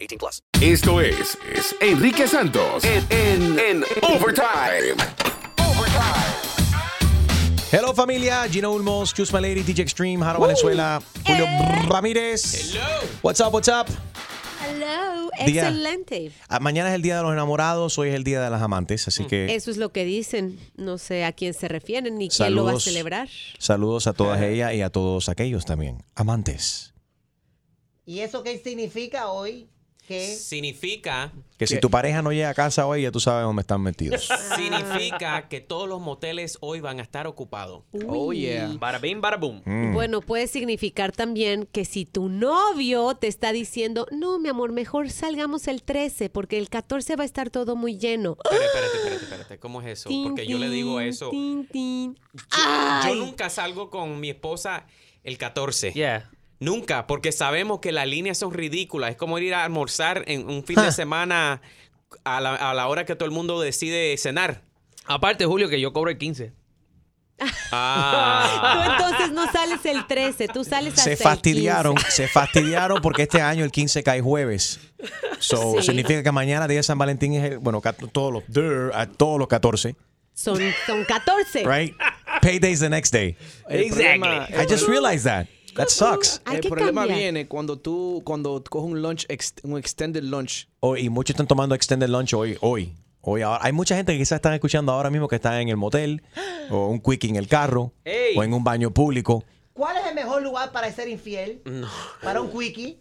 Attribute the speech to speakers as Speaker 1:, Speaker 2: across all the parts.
Speaker 1: 18 plus.
Speaker 2: Esto es, es Enrique Santos en, en, en Overtime.
Speaker 3: Hello familia, Gino Ulmos, Choose My Lady, DJ Extreme, Jaro Valenzuela, Julio Ramírez. Hello. What's up, what's up?
Speaker 4: Hello,
Speaker 3: Día-
Speaker 4: excelente.
Speaker 3: Ah, mañana es el Día de los Enamorados, hoy es el Día de las Amantes, así que
Speaker 4: Eso es lo que dicen. No sé a quién se refieren ni quién lo va a
Speaker 3: saludos.
Speaker 4: celebrar.
Speaker 3: Saludos a todas ellas y a todos aquellos también. Amantes.
Speaker 5: ¿Y eso qué significa hoy? Que
Speaker 6: Eh, Significa,
Speaker 3: Que si tu pareja no llega a casa hoy, ya tú sabes dónde están metidos.
Speaker 6: significa que todos los moteles hoy van a estar ocupados.
Speaker 7: Oh, yeah.
Speaker 6: Bara bim, bara boom.
Speaker 3: Mm.
Speaker 4: Bueno, puede significar también que si tu novio te está diciendo, no, mi amor, mejor salgamos el 13 porque el 14 va a estar todo muy lleno.
Speaker 6: Espérate, espérate, espérate, espérate. ¿Cómo es eso? Porque yo le digo eso. Yo,
Speaker 4: Tin, tin.
Speaker 6: yo
Speaker 4: Ay.
Speaker 6: nunca salgo con mi esposa el 14.
Speaker 7: Yeah.
Speaker 6: Nunca, porque sabemos que las líneas son ridículas. Es como ir a almorzar en un fin de semana a la, a la hora que todo el mundo decide cenar.
Speaker 7: Aparte, Julio, que yo cobro el 15.
Speaker 6: Ah.
Speaker 4: Tú entonces no sales el 13, tú sales hasta
Speaker 3: Se
Speaker 4: el 15.
Speaker 3: fastidiaron, se fastidiaron porque este año el 15 cae jueves. So,
Speaker 4: Sí.
Speaker 3: significa que mañana, día de San Valentín, es el, bueno, cat- todos los, der, a todos los 14,
Speaker 4: Son, son 14.
Speaker 3: right? Payday's the next day.
Speaker 7: Exactly.
Speaker 3: I just realized that. That sucks.
Speaker 4: Hay
Speaker 7: el
Speaker 4: que
Speaker 7: problema
Speaker 4: cambiar.
Speaker 7: viene cuando tú, cuando coges un lunch, ex- un extended lunch.
Speaker 3: Oh, y muchos están tomando extended lunch hoy, hoy. Hoy ahora. Hay mucha gente que quizás están escuchando ahora mismo que está en el motel, o un quickie en el carro,
Speaker 6: Ey.
Speaker 3: o en un baño público.
Speaker 5: ¿Cuál es el mejor lugar para ser infiel? Para un quickie.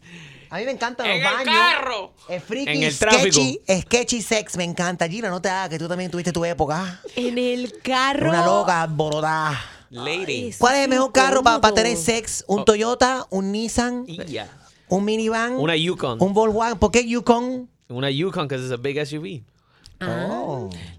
Speaker 5: A mí me encantan
Speaker 6: En
Speaker 5: los
Speaker 6: el
Speaker 5: baños.
Speaker 6: carro.
Speaker 5: El friki.
Speaker 6: En el
Speaker 5: sketchy, sketchy sex. Me encanta. Gina, no te hagas que tú también tuviste tu época.
Speaker 4: En el carro.
Speaker 5: Una loca alborotada.
Speaker 6: Lady.
Speaker 4: Eso
Speaker 5: ¿Cuál es el
Speaker 4: es
Speaker 5: mejor carro para
Speaker 4: incómodo.
Speaker 5: tener sex? ¿Un Toyota? ¿Un Nissan? ¿Un minivan?
Speaker 7: Una Yukon.
Speaker 5: ¿Un Volkswagen? ¿Por qué Yukon?
Speaker 7: Una Yukon, because it's a big SUV.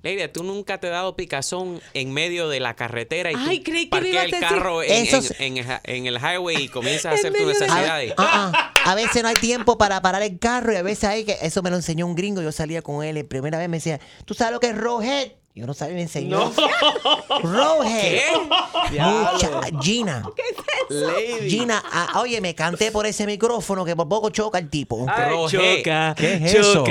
Speaker 6: Lady, tú nunca te has dado picazón en medio de la carretera y tú
Speaker 4: Ay, creí que me
Speaker 6: parqueas
Speaker 4: ibas a
Speaker 6: el
Speaker 4: decir-
Speaker 6: carro en,
Speaker 5: Eso
Speaker 6: en-
Speaker 5: es-
Speaker 6: en el hi- en el highway y comienzas a
Speaker 4: En
Speaker 6: hacer tus
Speaker 4: medio de la-
Speaker 6: necesidades.
Speaker 5: Ah, ah. A veces no hay tiempo para parar el carro y a veces hay que. Eso me lo enseñó un gringo. Yo salía con él. La primera vez me decía, ¿tú sabes lo que es Rohead? Yo no sabía, me enseñó.
Speaker 6: ¿Qué?
Speaker 5: Rohead. Mucha-
Speaker 7: Diablo.
Speaker 5: Gina.
Speaker 7: Lady.
Speaker 5: Gina, ah, oye, me canté por ese micrófono que por poco choca el tipo.
Speaker 7: Ay,
Speaker 6: Roje.
Speaker 3: ¿Qué es eso?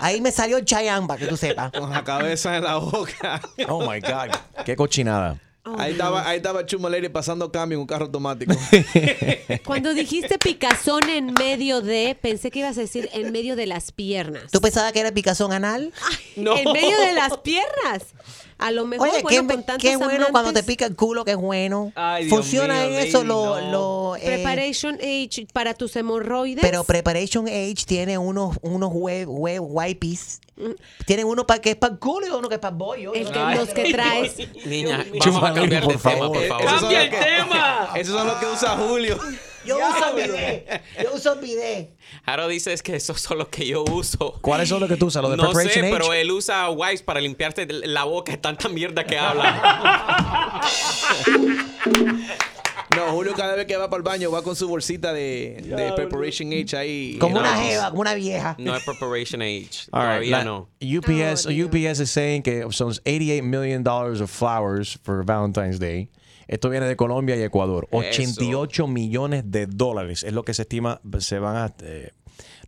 Speaker 5: Ahí me salió el chayamba, que tú sepas.
Speaker 7: Con la cabeza en la boca.
Speaker 3: Oh my God. Qué cochinada.
Speaker 4: Oh,
Speaker 7: ahí, estaba, ahí estaba Chuma Lady pasando cambio en un carro automático.
Speaker 4: Cuando dijiste picazón en medio de, pensé que ibas a decir en medio de las piernas.
Speaker 5: ¿Tú pensabas que era picazón anal?
Speaker 4: Ah,
Speaker 7: No.
Speaker 4: En medio de las piernas. A lo mejor
Speaker 5: Oye, qué,
Speaker 4: bueno, con tantos
Speaker 5: qué bueno cuando te
Speaker 4: amantes,
Speaker 5: pica el culo, qué bueno.
Speaker 7: Ay, Dios
Speaker 5: Funciona
Speaker 7: mío,
Speaker 5: en eso
Speaker 7: Lady,
Speaker 5: lo...
Speaker 7: no.
Speaker 5: lo, eh,
Speaker 4: Preparation age para tus hemorroides.
Speaker 5: pero Preparation Age tiene unos, unos web, web wipes. Tienen uno para que es para el culo y uno que es para el bollo.
Speaker 4: el Mm. que,
Speaker 7: Ay.
Speaker 4: los que traes.
Speaker 6: Niña, vamos
Speaker 3: Chuma
Speaker 6: a cambiar
Speaker 3: Lady,
Speaker 6: de
Speaker 3: por
Speaker 6: tema,
Speaker 3: favor.
Speaker 6: por favor.
Speaker 7: Esos son
Speaker 6: Eso-
Speaker 7: los que- Esos son los que usa Julio.
Speaker 5: Yo uso bidet. Yo uso bidet.
Speaker 6: Jaro dice es que esos son los que yo uso.
Speaker 3: ¿Cuáles son los que tú usas? ¿Los de
Speaker 6: no sé,
Speaker 3: Preparation Age?
Speaker 6: pero él usa wipes para limpiarte la boca de tanta mierda que habla.
Speaker 7: No, Julio cada vez que va para el baño va con su bolsita de, de Preparation H ahí.
Speaker 5: Como
Speaker 6: No.
Speaker 5: una jeva, como una vieja.
Speaker 6: No es preparation age.
Speaker 3: All right,
Speaker 6: Todavía
Speaker 3: la-
Speaker 6: no.
Speaker 3: UPS,
Speaker 4: Oh, dear.
Speaker 3: UPS is saying que son 88 million dollars of flowers for Valentine's Day. Esto viene de Colombia y Ecuador. 88 millones de dólares es lo que se estima se van a eh,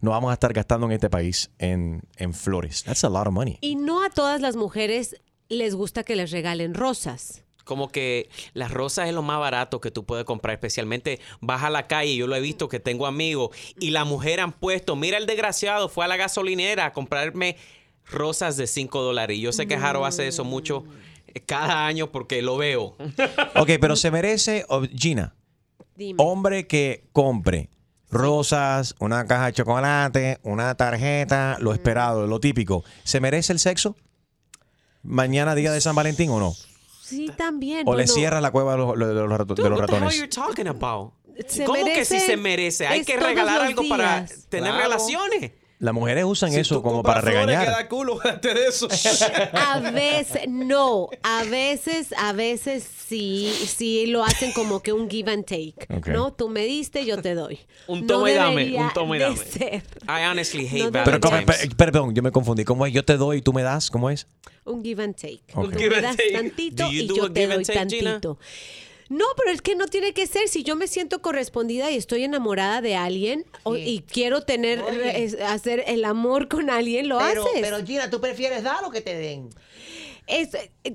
Speaker 3: no vamos a estar gastando en este país en, en flores. That's a lot of money.
Speaker 4: Y no a todas las mujeres les gusta que les regalen rosas.
Speaker 6: Como que las rosas es lo más barato que tú puedes comprar, especialmente vas a la calle, yo lo he visto que tengo amigos y la mujer han puesto, mira el desgraciado, fue a la gasolinera a comprarme rosas de 5 dólares. Y yo sé que Jaro hace eso mucho eh, cada año porque lo veo.
Speaker 3: Ok, pero se merece oh, Gina,
Speaker 4: Dime.
Speaker 3: hombre que compre rosas, una caja de chocolate, una tarjeta, lo esperado, lo típico. ¿Se merece el sexo? Mañana día de San Valentín o no?
Speaker 4: Sí, también.
Speaker 3: O le
Speaker 4: bueno,
Speaker 3: cierras la cueva de los, de los rato- de
Speaker 6: Dude,
Speaker 3: los
Speaker 6: what the hell
Speaker 3: ratones.
Speaker 6: you're talking about?
Speaker 4: se
Speaker 6: ¿Cómo que
Speaker 4: merecen
Speaker 6: si se merece? Hay
Speaker 4: es
Speaker 6: que
Speaker 4: todos
Speaker 6: regalar
Speaker 4: los
Speaker 6: algo para
Speaker 4: días.
Speaker 6: tener
Speaker 7: Claro.
Speaker 6: relaciones.
Speaker 3: Las mujeres usan
Speaker 7: Si
Speaker 3: eso
Speaker 7: tú
Speaker 3: como para
Speaker 7: compras flores,
Speaker 3: regañar.
Speaker 7: queda culo antes de eso.
Speaker 4: A veces, no, a veces, a veces sí, sí lo hacen como que un give and take.
Speaker 3: Ok.
Speaker 4: No, tú me diste, yo te doy.
Speaker 6: Un
Speaker 4: No
Speaker 6: toma y dame,
Speaker 4: debería
Speaker 6: un toma y
Speaker 4: de
Speaker 6: dame.
Speaker 4: ser
Speaker 6: I honestly hate
Speaker 4: No
Speaker 3: Pero,
Speaker 4: debería.
Speaker 3: ¿cómo es?
Speaker 6: Valentine's.
Speaker 3: Per- perdón, yo me confundí. ¿Cómo es? Yo te doy y tú me das. ¿Cómo es?
Speaker 4: un give and take.
Speaker 3: Ok.
Speaker 4: Tú
Speaker 6: Give
Speaker 4: me
Speaker 6: and
Speaker 4: das
Speaker 6: take.
Speaker 4: tantito
Speaker 6: Do you
Speaker 4: y
Speaker 6: do a
Speaker 4: yo te
Speaker 6: give
Speaker 4: doy
Speaker 6: and take, Gina?
Speaker 4: tantito. No, pero es que no tiene que ser. Si yo me siento correspondida y estoy enamorada de alguien o- y quiero tener,
Speaker 5: Oye.
Speaker 4: es- hacer el amor con alguien, lo
Speaker 5: Pero,
Speaker 4: haces.
Speaker 5: pero Gina, ¿tú prefieres dar o que te den?
Speaker 4: Es- eh, eh,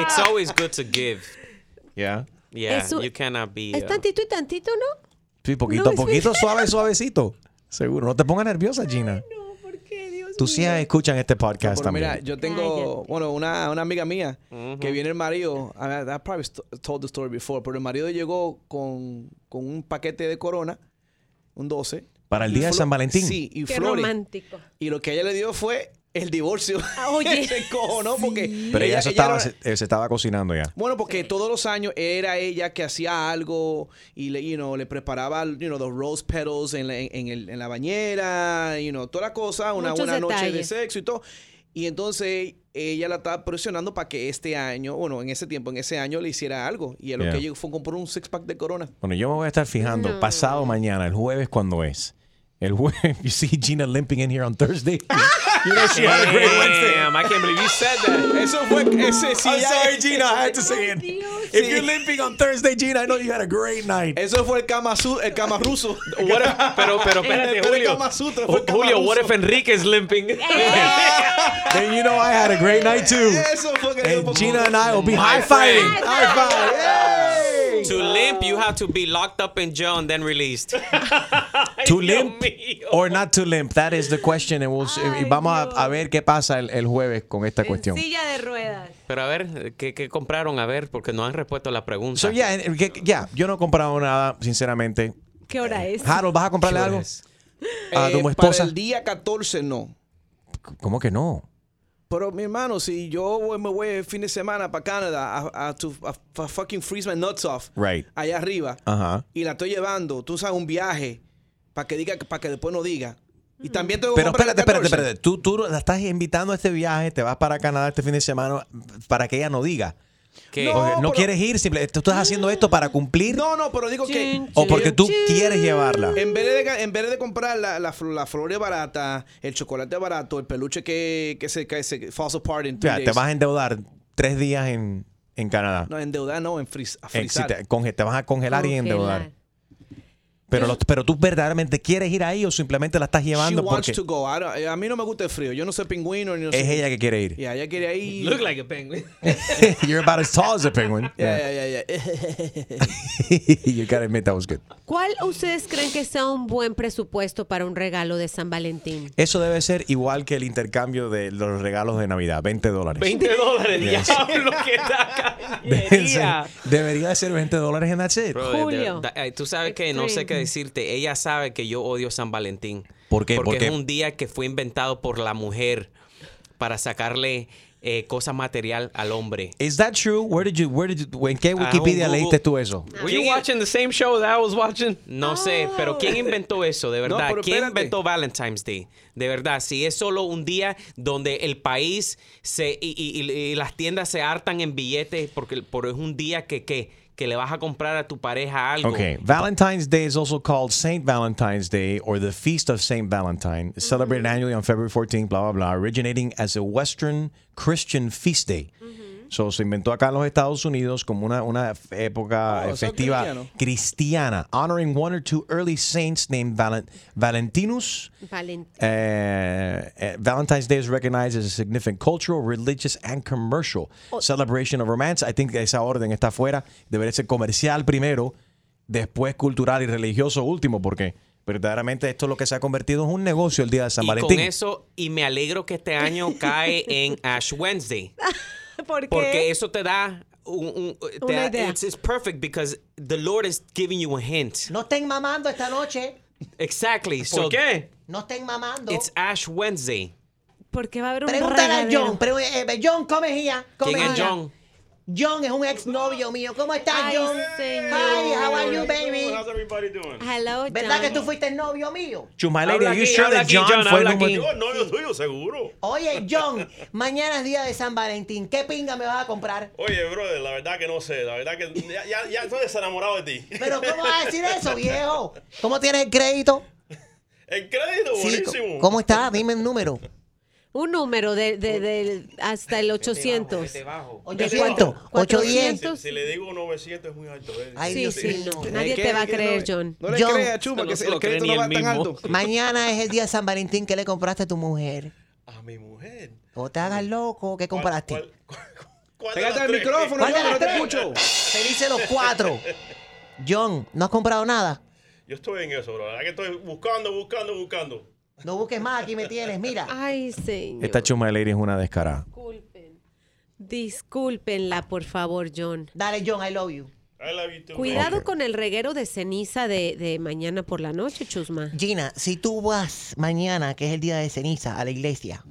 Speaker 6: It's always good to give.
Speaker 3: Ya.
Speaker 6: Yeah,
Speaker 4: Eso-
Speaker 6: you cannot be.
Speaker 4: es
Speaker 6: uh,
Speaker 4: tantito y tantito, ¿no?
Speaker 3: Sí, poquito
Speaker 4: No,
Speaker 3: a
Speaker 4: es
Speaker 3: poquito,
Speaker 4: verdad.
Speaker 3: suave, suavecito. Seguro. No te pongas nerviosa, Gina.
Speaker 4: No, porque Dios
Speaker 3: Tus hijas escuchan este podcast
Speaker 7: Pero
Speaker 3: también.
Speaker 7: mira, yo tengo, bueno, una, una amiga mía que viene el marido, I, I probably st- told the story before, pero el marido llegó con, con un paquete de corona, un 12.
Speaker 3: Para el día de
Speaker 7: Flo-
Speaker 3: San Valentín.
Speaker 7: Sí, y
Speaker 4: Qué
Speaker 7: flores.
Speaker 4: romántico.
Speaker 7: Y lo que ella le dio fue el divorcio.
Speaker 4: Ah, oye,
Speaker 7: Se encojonó porque...
Speaker 3: Pero ella, se,
Speaker 7: ella
Speaker 3: estaba,
Speaker 7: era-
Speaker 3: se, eh, se estaba cocinando ya.
Speaker 7: Bueno, porque todos los años era ella que hacía algo y le, you know, le preparaba, you know, los rose petals en la, en- en el- en la bañera, you know, toda la cosa, una,
Speaker 4: Muchos
Speaker 7: una noche de
Speaker 4: detalles.
Speaker 7: sexo y todo. Y entonces ella la estaba presionando para que este año, bueno, en ese tiempo, en ese año le hiciera algo. Y a lo
Speaker 3: Yeah.
Speaker 7: que ella fue compró un six pack de corona.
Speaker 3: Bueno, yo me voy a estar fijando pasado mañana, el jueves, cuando es? El jueves, you see Gina limping in here on Thursday. you know she had a great Wednesday.
Speaker 6: Damn, I can't believe you said that.
Speaker 7: Eso fue ese sí.
Speaker 3: I'm
Speaker 7: ya-
Speaker 3: sorry, Gina, I had to say it.
Speaker 4: Dios.
Speaker 3: If you're limping on Thursday, Gina, I know you had a great night.
Speaker 7: Eso fue el Kama, Su- el Kama ruso.
Speaker 6: What if- pero, pero espérate,
Speaker 7: Pero el
Speaker 6: Julio.
Speaker 7: Kama Sutra fue
Speaker 6: Ju-
Speaker 7: el Kama
Speaker 6: Julio, what
Speaker 7: Ruso.
Speaker 6: if Enrique is limping?
Speaker 3: Then you know I had a great night too.
Speaker 7: Eso fue que
Speaker 3: And Gina and I will be
Speaker 6: My
Speaker 3: high fiving.
Speaker 6: friend. to limp, you have to be locked up in jail and then released.
Speaker 3: To limp
Speaker 6: mío.
Speaker 3: or not to limp, that is the question. And we'll see-
Speaker 4: Ay,
Speaker 3: y vamos a,
Speaker 4: Dios.
Speaker 3: a ver qué pasa el, el jueves con esta cuestión.
Speaker 4: Silla de ruedas.
Speaker 6: Pero a ver, ¿qué, qué compraron? A ver, porque no han respuesto la pregunta.
Speaker 3: So, yeah, and- que- yeah, yo no he comprado nada, sinceramente.
Speaker 4: ¿Qué hora es?
Speaker 3: Harold, ¿vas a comprarle algo a tu
Speaker 7: Eh,
Speaker 3: ah, esposa?
Speaker 7: Para el día 14 no.
Speaker 3: ¿Cómo que no?
Speaker 7: Pero mi hermano, si yo voy- me voy el fin de semana para Canadá a, a to- a- a fucking freeze my nuts off
Speaker 3: Right. Ah.
Speaker 7: allá arriba
Speaker 3: Ajá.
Speaker 7: y la estoy llevando, tú sabes, un viaje para que diga para que después no diga. Y también tengo que
Speaker 3: Pero
Speaker 7: comprar el
Speaker 3: espérate, espérate,
Speaker 7: 14.
Speaker 3: espérate. Tú, tú la estás invitando a este viaje, te vas para Canadá este fin de semana para que ella no diga.
Speaker 6: ¿Qué?
Speaker 3: No,
Speaker 7: No, pero-
Speaker 3: quieres ir, simple, tú estás haciendo esto para cumplir
Speaker 7: No, Em, no, pero digo que
Speaker 3: o porque tú quieres llevarla.
Speaker 7: en vez de ga- en vez de comprar la, la, fl- la flor barata, el chocolate barato, el peluche que, que se que se falls apart in
Speaker 3: O
Speaker 7: three
Speaker 3: sea, te
Speaker 7: days.
Speaker 3: vas a endeudar tres días en, en Canadá.
Speaker 7: No, endeudar no, en freeze, a
Speaker 3: Eh, si
Speaker 7: frizar.
Speaker 3: te, conge- te vas a congelar, y endeudar. Pero, los- pero tú verdaderamente quieres ir ahí o simplemente la estás
Speaker 7: She
Speaker 3: llevando
Speaker 7: wants
Speaker 3: porque
Speaker 7: to go. I don't- a mí no me gusta el frío. Yo no soy pingüino ni no
Speaker 3: es
Speaker 7: soy-
Speaker 3: ella que quiere ir.
Speaker 7: Yeah, ella quiere ir.
Speaker 6: Look like a penguin.
Speaker 3: You're about as tall as a penguin.
Speaker 7: Yeah, yeah, yeah, yeah.
Speaker 3: you gotta admit that was good.
Speaker 4: ¿Cuál ustedes creen que sea un buen presupuesto para un regalo de San Valentín?
Speaker 3: Eso debe ser igual que el intercambio de los regalos de Navidad, 20 dólares.
Speaker 6: 20 dólares,
Speaker 3: Yes.
Speaker 6: diablo, que da
Speaker 3: Debe ser-
Speaker 6: cañería.
Speaker 3: debería de ser 20 dólares en that's it.
Speaker 6: Bro, de- de-
Speaker 4: Julio.
Speaker 6: da- eh, tú sabes que no sé qué
Speaker 4: Extreme.
Speaker 6: decirte. Ella sabe que yo odio San Valentín.
Speaker 3: ¿Por qué?
Speaker 6: Porque
Speaker 3: ¿Por qué?
Speaker 6: es un día que fue inventado por la mujer para sacarle eh, cosa material al hombre.
Speaker 3: Is that true? Where did you, where did you, ¿En qué
Speaker 6: un
Speaker 3: Wikipedia
Speaker 6: Google.
Speaker 3: leíste tú eso?
Speaker 6: Were Ah. you watching the same show that I was watching? No sé, pero ¿quién inventó eso? De verdad,
Speaker 7: pero
Speaker 6: ¿quién
Speaker 7: espérate.
Speaker 6: inventó Valentine's Day? De verdad, si es solo un día donde el país se y, y- y- y las tiendas se hartan en billetes porque por es un día que, que, que le vas a comprar a tu pareja algo.
Speaker 3: Okay. Valentine's Day is also called Saint Valentine's Day or the Feast of Saint Valentine, It's
Speaker 7: Mm-hmm.
Speaker 3: celebrated annually on February 14, blah, blah, blah, originating as a Western Christian feast day.
Speaker 7: Mm-hmm.
Speaker 3: So, se inventó acá en los Estados Unidos como una, una f- época
Speaker 7: Oh,
Speaker 3: eh,
Speaker 7: son
Speaker 3: festiva
Speaker 7: cristianos.
Speaker 3: cristiana, honoring one or two early saints named Valen- Valentinus.
Speaker 4: Valentín.
Speaker 3: Uh, uh, Valentine's Day is recognized as a significant cultural, religious, and commercial
Speaker 4: Oh.
Speaker 3: celebration of romance. I think esa orden está fuera. Debería ser comercial primero, después cultural y religioso último, porque verdaderamente esto es lo que se ha convertido en un negocio el día de San
Speaker 6: Y
Speaker 3: Valentín.
Speaker 6: con eso, y me alegro que este año cae en Ash Wednesday.
Speaker 4: ¿Por qué?
Speaker 6: Porque eso te da un, un- te
Speaker 4: Una
Speaker 6: da-
Speaker 4: idea.
Speaker 6: It's, it's perfect because the Lord is giving you a hint.
Speaker 5: No estén mamando esta noche.
Speaker 6: Exactly. so
Speaker 5: No estén mamando.
Speaker 6: It's Ash Wednesday.
Speaker 4: Porque va a haber un
Speaker 5: Pregúntale a
Speaker 4: regadero.
Speaker 5: eh, John. Pregú- eh, John, come here. Come
Speaker 6: ¿Quién es
Speaker 5: here.
Speaker 6: John?
Speaker 5: John es un exnovio mío. ¿Cómo estás,
Speaker 4: Ay,
Speaker 5: John?
Speaker 4: señor.
Speaker 5: Hi, how are you, baby?
Speaker 8: How's everybody doing?
Speaker 4: Hello,
Speaker 5: ¿Verdad
Speaker 4: John.
Speaker 5: que tú fuiste el novio mío?
Speaker 3: Chuma
Speaker 6: Habla
Speaker 3: lady, are you
Speaker 6: aquí,
Speaker 3: sure
Speaker 6: habla
Speaker 3: that
Speaker 6: aquí,
Speaker 3: John,
Speaker 6: John,
Speaker 3: fue el
Speaker 6: habla
Speaker 3: número-
Speaker 6: aquí.
Speaker 8: Digo, Oh, novio tuyo, seguro.
Speaker 5: Oye, John, mañana es día de San Valentín. ¿Qué pinga me vas a comprar?
Speaker 8: Oye, brother, la verdad que no sé. La verdad que ya, ya, ya estoy desenamorado de ti.
Speaker 5: Pero ¿cómo vas a decir eso, viejo? ¿Cómo tienes el crédito?
Speaker 8: El crédito,
Speaker 5: Sí,
Speaker 8: buenísimo.
Speaker 5: ¿Cómo está? Dime el número.
Speaker 4: Un número de, de- del- hasta el 800.
Speaker 5: Oye, ¿cuánto? 810.
Speaker 8: Si, si le digo 900 es muy alto. ¿eh?
Speaker 5: Ay,
Speaker 4: Sí,
Speaker 5: Dios
Speaker 4: sí,
Speaker 5: mío.
Speaker 4: no. Nadie
Speaker 7: ¿Qué?
Speaker 4: te va a
Speaker 7: ¿Qué?
Speaker 4: creer,
Speaker 7: No,
Speaker 4: John.
Speaker 7: No le
Speaker 5: John.
Speaker 7: creas a Chuma
Speaker 6: No
Speaker 7: que
Speaker 6: se
Speaker 7: el
Speaker 6: lo cree
Speaker 7: crédito
Speaker 6: ni
Speaker 7: no va
Speaker 6: él
Speaker 7: tan
Speaker 6: mismo.
Speaker 7: alto.
Speaker 5: Mañana es el día de San Valentín. ¿Qué le compraste a tu mujer?
Speaker 8: A mi mujer. ¿Cuál-
Speaker 5: O te hagas loco. ¿Qué compraste?
Speaker 8: ¿Cuál, cuál, cuál de
Speaker 7: Pégate
Speaker 8: las
Speaker 7: al
Speaker 8: tres?
Speaker 7: micrófono,
Speaker 5: ¿Cuál
Speaker 7: John,
Speaker 5: de
Speaker 7: que no te
Speaker 5: las
Speaker 7: escucho.
Speaker 5: Felices los cuatro. John, ¿no has comprado nada?
Speaker 8: Yo estoy en eso, bro. La verdad que estoy buscando, buscando, buscando.
Speaker 5: No busques más, aquí me tienes, mira.
Speaker 4: Ay, señor.
Speaker 3: Esta Chuma lady es una descarada.
Speaker 4: Disculpen. Discúlpenla, por favor, John.
Speaker 5: Dale, John, I love you.
Speaker 8: I love you too.
Speaker 4: Cuidado con el reguero de ceniza de, de mañana por la noche, Chusma.
Speaker 5: Gina, si tú vas mañana, que es el día de ceniza, a la iglesia,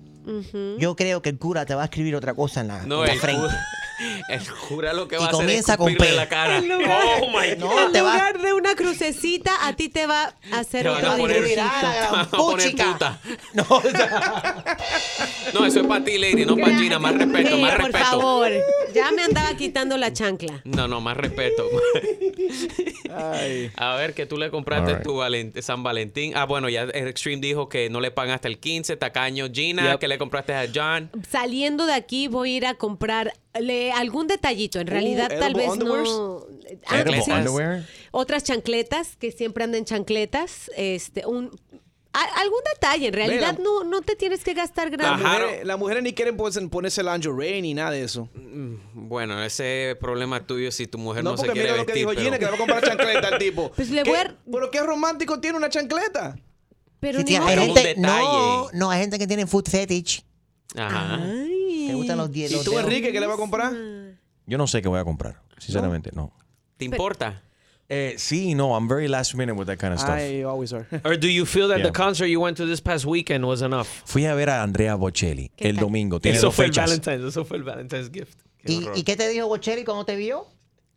Speaker 5: yo creo que el cura te va a escribir otra cosa en la,
Speaker 6: No,
Speaker 5: en la
Speaker 6: el
Speaker 5: frente.
Speaker 6: cura, el cura lo que
Speaker 5: Y
Speaker 6: va a hacer es
Speaker 5: comienza con
Speaker 6: escupirle
Speaker 5: P.
Speaker 6: la cara.
Speaker 4: En lugar,
Speaker 8: Oh my God.
Speaker 5: No,
Speaker 4: en
Speaker 5: te va-
Speaker 4: lugar de una crucecita, a ti te va a hacer
Speaker 6: Te van
Speaker 4: otro
Speaker 6: a poner, te
Speaker 4: dibujito.
Speaker 6: van a poner
Speaker 5: puchica.
Speaker 6: puta. No, eso es para ti, lady, no para Gina. Más respeto,
Speaker 4: Eh,
Speaker 6: más
Speaker 4: por
Speaker 6: respeto.
Speaker 4: favor, ya me andaba quitando la chancla.
Speaker 6: No, no, más respeto.
Speaker 7: Ay.
Speaker 6: A ver, que tú le compraste
Speaker 3: All right.
Speaker 6: tu Valent- San Valentín. Ah, bueno, ya Extreme dijo que no le pagan hasta el 15. Tacaño, Gina,
Speaker 7: Yep.
Speaker 6: que le compraste a John.
Speaker 4: Saliendo de aquí voy a ir a comprarle algún detallito. En realidad,
Speaker 7: Uh,
Speaker 4: tal
Speaker 7: edible
Speaker 4: vez no.
Speaker 7: underwears?
Speaker 4: Ah,
Speaker 6: Edible
Speaker 4: sí.
Speaker 3: underwear?
Speaker 4: Otras chancletas que siempre andan en chancletas. Este, un a- algún detalle. En realidad
Speaker 7: Mira.
Speaker 4: no, no te tienes que gastar
Speaker 7: Las
Speaker 4: grande.
Speaker 6: Ajá.
Speaker 7: mujeres, las mujeres ni quieren ponerse, ponerse lingerie ni nada de eso.
Speaker 6: Bueno, ese es problema tuyo si tu mujer no,
Speaker 7: No,
Speaker 6: se
Speaker 7: porque
Speaker 6: quiere
Speaker 7: mira lo que
Speaker 6: vestir.
Speaker 7: dijo
Speaker 6: pero-
Speaker 7: Gina, que le va a comprar chancleta al tipo.
Speaker 4: Pues le
Speaker 7: ¿Qué-
Speaker 4: voy a-
Speaker 7: ¿Pero qué romántico tiene una chancleta?
Speaker 4: Pero
Speaker 5: Sí,
Speaker 4: ni
Speaker 5: tiene-
Speaker 4: modo.
Speaker 5: hay
Speaker 6: Pero un
Speaker 5: gente, no,
Speaker 6: detalle.
Speaker 5: no, hay gente que tiene food fetish.
Speaker 6: Ajá.
Speaker 9: Ah.
Speaker 5: Que gustan los diez-
Speaker 7: ¿Y
Speaker 5: los
Speaker 7: tú,
Speaker 5: dedos.
Speaker 7: Enrique, qué le va a comprar?
Speaker 4: Mm.
Speaker 3: Yo no sé qué voy a comprar, sinceramente, no.
Speaker 6: ¿Te importa?
Speaker 3: Eh, sí, no, I'm very last minute with that kind of stuff.
Speaker 7: Ay, you always are.
Speaker 9: Or do you feel that
Speaker 3: Yeah.
Speaker 9: the concert you went to this past weekend was enough?
Speaker 3: Fui a ver a Andrea Bocelli
Speaker 4: ¿Qué
Speaker 3: el
Speaker 4: tal?
Speaker 3: domingo. Tiene
Speaker 9: Eso
Speaker 3: dos
Speaker 9: fue el
Speaker 3: fechas.
Speaker 9: Valentine's. Eso fue el Valentine's gift.
Speaker 5: ¿Y, ¿Y qué te dijo Bocelli cuando te vio?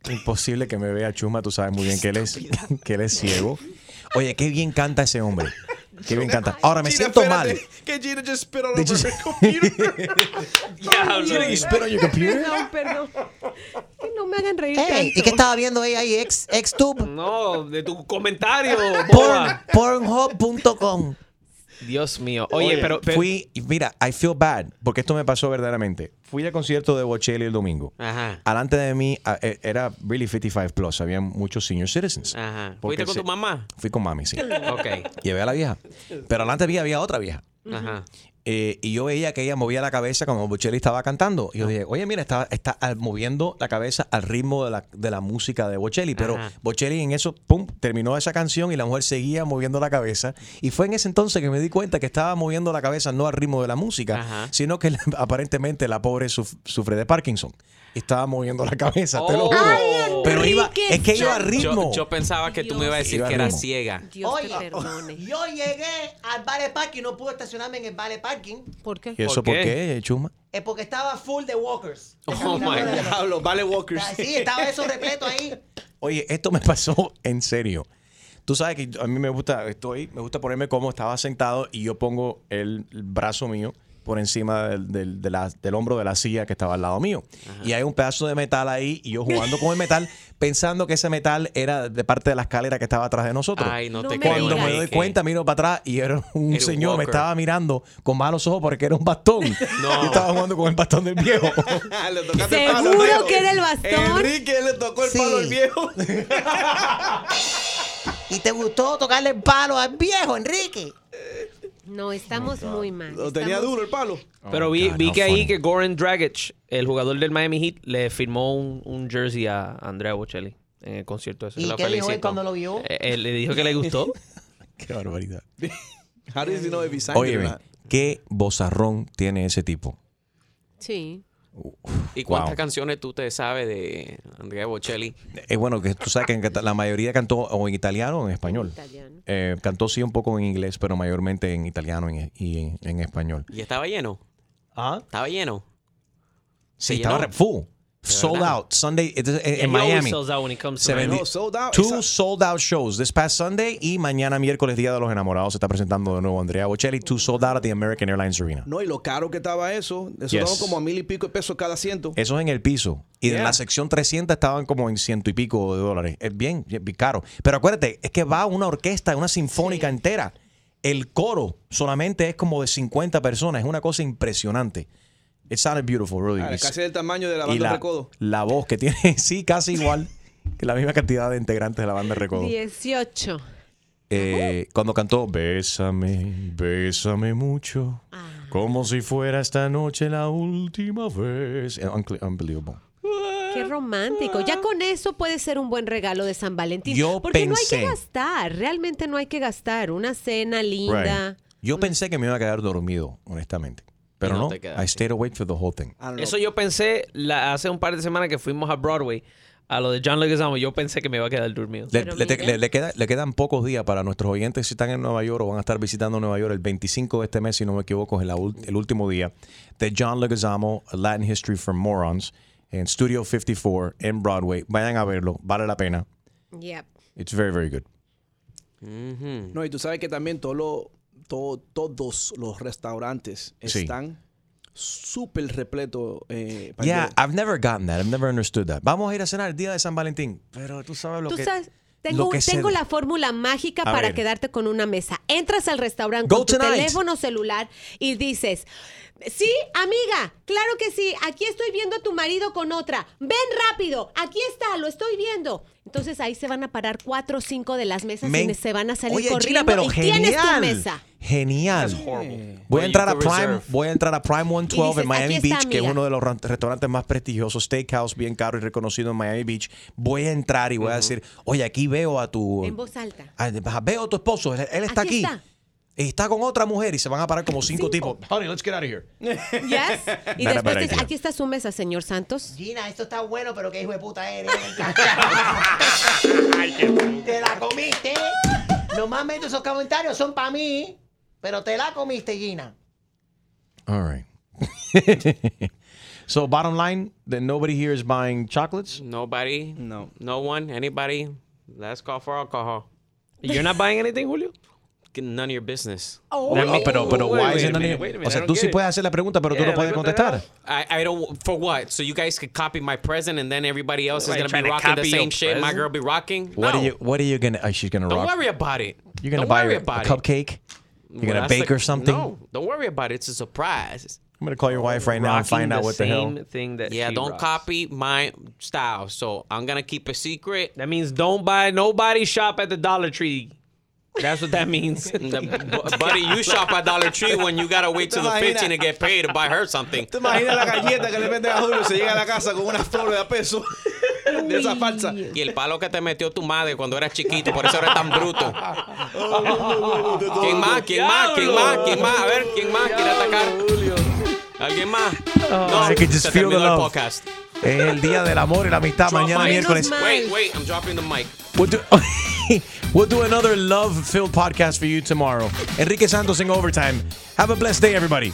Speaker 3: Imposible que me vea Chuma, tú sabes muy bien que él es, que él es ciego. Oye, qué bien canta ese hombre. Qué bien canta. Ahora me
Speaker 7: Gina,
Speaker 3: siento
Speaker 7: espérate,
Speaker 3: mal.
Speaker 7: Que Gina just spit all
Speaker 3: Did
Speaker 7: over
Speaker 3: you-
Speaker 7: her computer.
Speaker 3: You spit on your computer?
Speaker 4: No, perdón. Que no me hagan reír
Speaker 5: Ey,
Speaker 4: tanto.
Speaker 5: ¿Y qué estaba viendo ella ahí? Ex,
Speaker 6: Mm.
Speaker 5: extube.
Speaker 9: No, de tu comentario,
Speaker 5: Porn,
Speaker 9: boba.
Speaker 5: pornhub.com.
Speaker 9: Dios mío. Oye, pero, pero-
Speaker 3: Fui, y mira, I feel bad, porque esto me pasó verdaderamente. Fui al concierto de Bocelli el domingo.
Speaker 6: Ajá.
Speaker 3: Alante de mí a- e- era really 55 plus, había muchos senior citizens.
Speaker 6: Ajá.
Speaker 3: Porque
Speaker 6: ¿Fuiste con
Speaker 3: se-
Speaker 6: tu mamá?
Speaker 3: Fui con mami, sí.
Speaker 6: Ok.
Speaker 3: Llevé a la vieja. Pero alante mí había otra vieja.
Speaker 6: Ajá.
Speaker 3: Eh, y yo veía que ella movía la cabeza como Bocelli estaba cantando.
Speaker 6: Ah.
Speaker 3: Y yo dije, oye, mira, está, está al- moviendo la cabeza al ritmo de la, de la música de Bocelli. Pero
Speaker 6: Ajá.
Speaker 3: Bocelli en eso, pum, terminó esa canción y la mujer seguía moviendo la cabeza. Y fue en ese entonces que me di cuenta que estaba moviendo la cabeza no al ritmo de la música,
Speaker 6: Ajá.
Speaker 3: sino que la- aparentemente la pobre suf- sufre de Parkinson. Y Estaba moviendo la cabeza, te lo
Speaker 6: Oh.
Speaker 3: juro.
Speaker 6: Ay,
Speaker 3: Pero iba,
Speaker 4: Enrique,
Speaker 3: es que iba a
Speaker 4: yo-
Speaker 3: ritmo.
Speaker 6: Yo, yo pensaba que tú me ibas a decir
Speaker 3: Iba
Speaker 6: que era
Speaker 3: ritmo.
Speaker 6: ciega.
Speaker 4: Dios
Speaker 5: Oye,
Speaker 4: te perdone.
Speaker 5: yo llegué al vale parking, no pude estacionarme en el vale parking,
Speaker 4: ¿Por qué?
Speaker 3: ¿Y
Speaker 9: ¿Por
Speaker 3: eso por
Speaker 9: qué?
Speaker 3: qué, Chuma?
Speaker 5: es porque estaba full de walkers. de
Speaker 6: Oh,
Speaker 5: caminadores
Speaker 6: my
Speaker 5: de la-
Speaker 7: Diablo, Vale Walkers.
Speaker 5: Sí, estaba eso repleto ahí.
Speaker 3: Oye, esto me pasó en serio. Tú sabes que a mí me gusta, estoy, me gusta ponerme como estaba sentado y yo pongo el, el brazo mío por encima del, del- de la- del hombro de la silla que estaba al lado mío. Y hay un pedazo de metal ahí y yo jugando con el metal pensando que ese metal era de parte de la escalera que estaba atrás de nosotros.
Speaker 6: Ay, no,
Speaker 4: No
Speaker 6: te
Speaker 4: me
Speaker 6: creo.
Speaker 3: Cuando me doy
Speaker 6: Enrique.
Speaker 3: cuenta, miro para atrás y era un
Speaker 6: Era un
Speaker 3: señor, me
Speaker 6: walker.
Speaker 3: estaba mirando con malos ojos porque era un bastón.
Speaker 6: No.
Speaker 3: Yo estaba jugando con el bastón del viejo.
Speaker 7: Ah, Le tocaste el palo al
Speaker 4: Seguro
Speaker 7: viejo.
Speaker 4: que era el bastón.
Speaker 7: Enrique le tocó el
Speaker 5: Sí.
Speaker 7: palo al viejo.
Speaker 5: ¿Y te gustó tocarle el palo al viejo, Enrique?
Speaker 4: No, estamos muy mal.
Speaker 7: Lo tenía
Speaker 4: Estamos-
Speaker 7: duro el palo.
Speaker 3: Oh,
Speaker 9: pero vi,
Speaker 3: God,
Speaker 9: vi
Speaker 3: how
Speaker 9: que
Speaker 3: funny.
Speaker 9: ahí que Goran Dragic, el jugador del Miami Heat, le firmó un, un jersey a Andrea Bocelli en el concierto ese.
Speaker 5: ¿Y
Speaker 9: Lo
Speaker 5: qué dijo él
Speaker 9: felicito.
Speaker 5: cuando lo vio?
Speaker 9: Eh, él le dijo que le gustó.
Speaker 3: Qué barbaridad.
Speaker 7: How does he know if he signed it or
Speaker 3: Óyeme,
Speaker 7: not?
Speaker 3: qué bozarrón tiene ese tipo.
Speaker 4: Sí.
Speaker 6: ¿Y cuántas
Speaker 3: Wow.
Speaker 6: canciones tú te sabes de Andrea Bocelli?
Speaker 3: Es Eh, bueno que tú sabes que en cata- la mayoría cantó o en italiano o en español.
Speaker 4: Italiano.
Speaker 3: Eh, cantó sí un poco en inglés, pero mayormente en italiano y, y en, en español.
Speaker 6: ¿Y estaba lleno?
Speaker 3: ¿Ah?
Speaker 6: ¿Estaba lleno?
Speaker 3: Sí,
Speaker 6: ¿Se
Speaker 3: estaba
Speaker 6: llenó?
Speaker 3: re- full. Sold
Speaker 9: verdad?
Speaker 3: out Sunday entonces, en,
Speaker 9: Yeah,
Speaker 3: en
Speaker 9: he always
Speaker 3: Miami.
Speaker 9: sells out when it comes to
Speaker 3: Se
Speaker 9: Miami.
Speaker 3: vendi-
Speaker 9: No, Oh, sold out,
Speaker 3: Two
Speaker 9: esa-
Speaker 3: sold out shows this past Sunday y mañana miércoles Día de los Enamorados se está presentando de nuevo Andrea Bocelli. Two sold out at the American Airlines Arena.
Speaker 7: No, y lo caro que estaba eso. Eso
Speaker 3: Yes.
Speaker 7: daban como a mil y pico de pesos cada asiento.
Speaker 3: Eso es en el piso. Y en
Speaker 7: Yeah.
Speaker 3: la sección 300 estaban como en ciento y pico de dólares. Es bien, bien caro. Pero acuérdate, es que va una orquesta, una sinfónica entera. El coro solamente es como de 50 personas. Es una cosa impresionante. It sounded beautiful, really.
Speaker 7: Ah,
Speaker 3: It's-
Speaker 7: casi del tamaño de la
Speaker 3: y
Speaker 7: banda
Speaker 3: la,
Speaker 7: Recodo.
Speaker 3: la voz que tiene, sí, casi igual que la misma cantidad de integrantes de la banda Recodo.
Speaker 4: 18.
Speaker 3: Eh, cuando cantó Bésame, bésame mucho, como si fuera esta noche la última vez. Eh, uncle- Unbelievable.
Speaker 4: Qué romántico. Ya con eso puede ser un buen regalo de San Valentín.
Speaker 3: Yo
Speaker 4: Porque no hay
Speaker 3: pensé.
Speaker 4: que gastar. Realmente no hay que gastar. Una cena linda.
Speaker 3: Right. Yo pensé que me iba a quedar dormido, honestamente. Pero
Speaker 9: Y no
Speaker 3: no,
Speaker 9: te quedaste.
Speaker 3: I stayed awake for the whole thing.
Speaker 9: Eso yo pensé la- hace un par de semanas que fuimos a Broadway, a lo de John Leguizamo. Yo pensé que me iba a quedar dormido.
Speaker 3: Le, le- te- le- le queda- le quedan pocos días para nuestros oyentes si están en Nueva York o van a estar visitando Nueva York el 25 de este mes, si no me equivoco, es la ul- el último día de John Leguizamo, Latin History for Morons, en Studio 54 en Broadway. Vayan a verlo, vale la pena.
Speaker 4: Yep.
Speaker 3: It's very, very good.
Speaker 7: No, y tú sabes que también todo lo- todo- todos los restaurantes
Speaker 3: Sí.
Speaker 7: están súper repletos. eh, para
Speaker 3: Yeah,
Speaker 7: que-
Speaker 3: I've never gotten that. I've never understood that. Vamos a ir a cenar el día de San Valentín. Pero tú sabes lo
Speaker 4: Tú
Speaker 3: que...
Speaker 4: sabes,
Speaker 3: lo
Speaker 4: tengo,
Speaker 3: que se-
Speaker 4: tengo la fórmula mágica
Speaker 3: A
Speaker 4: para
Speaker 3: ver.
Speaker 4: quedarte con una mesa. Entras al restaurante
Speaker 3: Go
Speaker 4: con tu
Speaker 3: tonight.
Speaker 4: teléfono celular y dices, sí, amiga, claro que sí, aquí estoy viendo a tu marido con otra. Ven rápido, aquí está, lo estoy viendo. Entonces ahí se van a parar cuatro o cinco de las mesas
Speaker 3: Me-
Speaker 4: y se van a salir
Speaker 3: Oye,
Speaker 4: corriendo
Speaker 3: China, pero
Speaker 4: y tienes tu
Speaker 3: genial.
Speaker 4: mesa.
Speaker 3: Genial. Voy
Speaker 6: Well,
Speaker 3: a
Speaker 6: you
Speaker 3: entrar a
Speaker 6: could
Speaker 3: Prime,
Speaker 6: reserve.
Speaker 3: voy a entrar a Prime
Speaker 4: Y
Speaker 3: 112
Speaker 4: dices,
Speaker 3: en Miami
Speaker 4: "Aquí está,
Speaker 3: Beach, que es
Speaker 4: amiga".
Speaker 3: uno de los ran- restaurantes más prestigiosos, steakhouse bien caro y reconocido en Miami Beach. Voy a entrar y voy a decir, "Oye, aquí veo a tu
Speaker 4: En voz alta.
Speaker 3: a- a- veo a tu esposo, él, él está aquí."
Speaker 4: Aquí
Speaker 3: Está.
Speaker 4: está.
Speaker 3: con otra mujer y se van a parar como cinco, tipos. Honey, let's get out of here.
Speaker 4: Yes. Y
Speaker 3: Not a
Speaker 4: después
Speaker 3: bad
Speaker 4: dices,
Speaker 3: idea.
Speaker 4: aquí está su mesa, señor Santos.
Speaker 5: Gina, esto está bueno, pero qué hijo de puta eres. te la comiste. Normalmente esos comentarios son para mí, pero te la comiste, Gina.
Speaker 3: All right. so, bottom line, that nobody here is buying chocolates.
Speaker 6: Nobody,
Speaker 7: No.
Speaker 6: no one, anybody. Let's call for alcohol.
Speaker 9: You're not buying anything, Julio?
Speaker 6: None of your business.
Speaker 3: No, no, pero,
Speaker 9: Oh,
Speaker 3: pero,
Speaker 9: wait,
Speaker 3: why
Speaker 9: wait
Speaker 3: is
Speaker 9: a
Speaker 3: it none of
Speaker 9: minute,
Speaker 3: your-
Speaker 9: wait a minute,
Speaker 3: O
Speaker 9: I
Speaker 3: sea,
Speaker 9: don't
Speaker 3: tú sí
Speaker 9: get it.
Speaker 3: puedes hacer la pregunta, pero tú
Speaker 9: Yeah,
Speaker 3: no puedes
Speaker 9: like, what the
Speaker 3: contestar.
Speaker 6: I, I don't for what? So you guys could copy my present and then everybody else
Speaker 9: Nobody
Speaker 6: is
Speaker 9: trying
Speaker 6: gonna
Speaker 9: to
Speaker 6: be rocking the
Speaker 9: copy your
Speaker 6: same shit my
Speaker 9: present.
Speaker 6: girl be rocking?
Speaker 3: What
Speaker 6: no.
Speaker 3: are you? What are you gonna? Uh, she's gonna
Speaker 6: Don't
Speaker 3: rock.
Speaker 6: worry about it.
Speaker 3: You're gonna
Speaker 6: Don't
Speaker 3: buy
Speaker 6: worry
Speaker 3: her a
Speaker 6: about it.
Speaker 3: cupcake. You're
Speaker 6: Well,
Speaker 3: gonna
Speaker 6: that's
Speaker 3: bake
Speaker 6: the-
Speaker 3: her something.
Speaker 6: No, don't worry about it. It's a surprise.
Speaker 3: I'm gonna call your wife right now and
Speaker 9: Rocking
Speaker 3: find out
Speaker 9: the
Speaker 3: what the hell.
Speaker 9: same thing that
Speaker 6: Yeah,
Speaker 9: she
Speaker 6: don't
Speaker 9: rocks.
Speaker 6: copy my style. So I'm gonna keep a secret.
Speaker 9: That means don't buy nobody shop at the Dollar Tree. That's what that means.
Speaker 6: The- bu- buddy, you shop at Dollar Tree when you gotta wait till the 15 to get paid to buy her something.
Speaker 7: ¿Te imaginas la galleta que le meten a Julio y se llega a la casa con unas flores de a peso? De esa falsa.
Speaker 6: Y el palo que te metió tu madre cuando eras chiquito, por eso eres tan bruto. ¿Quién más? ¿Quién más? ¿Quién más? ¿Quién más? A ver, ¿quién más quiere atacar? ¿Alguien más? No,
Speaker 3: Oh. I can just
Speaker 6: se
Speaker 3: feel the
Speaker 6: terminó el
Speaker 3: love.
Speaker 6: podcast.
Speaker 3: Es el día del amor y la amistad.
Speaker 6: Drop
Speaker 3: Mañana
Speaker 6: mic.
Speaker 3: miércoles.
Speaker 4: Menos mal.
Speaker 6: Wait, wait, I'm dropping the mic.
Speaker 3: We'll do, we'll do another love-filled podcast for you tomorrow. Enrique Santos in overtime. Have a blessed day, everybody.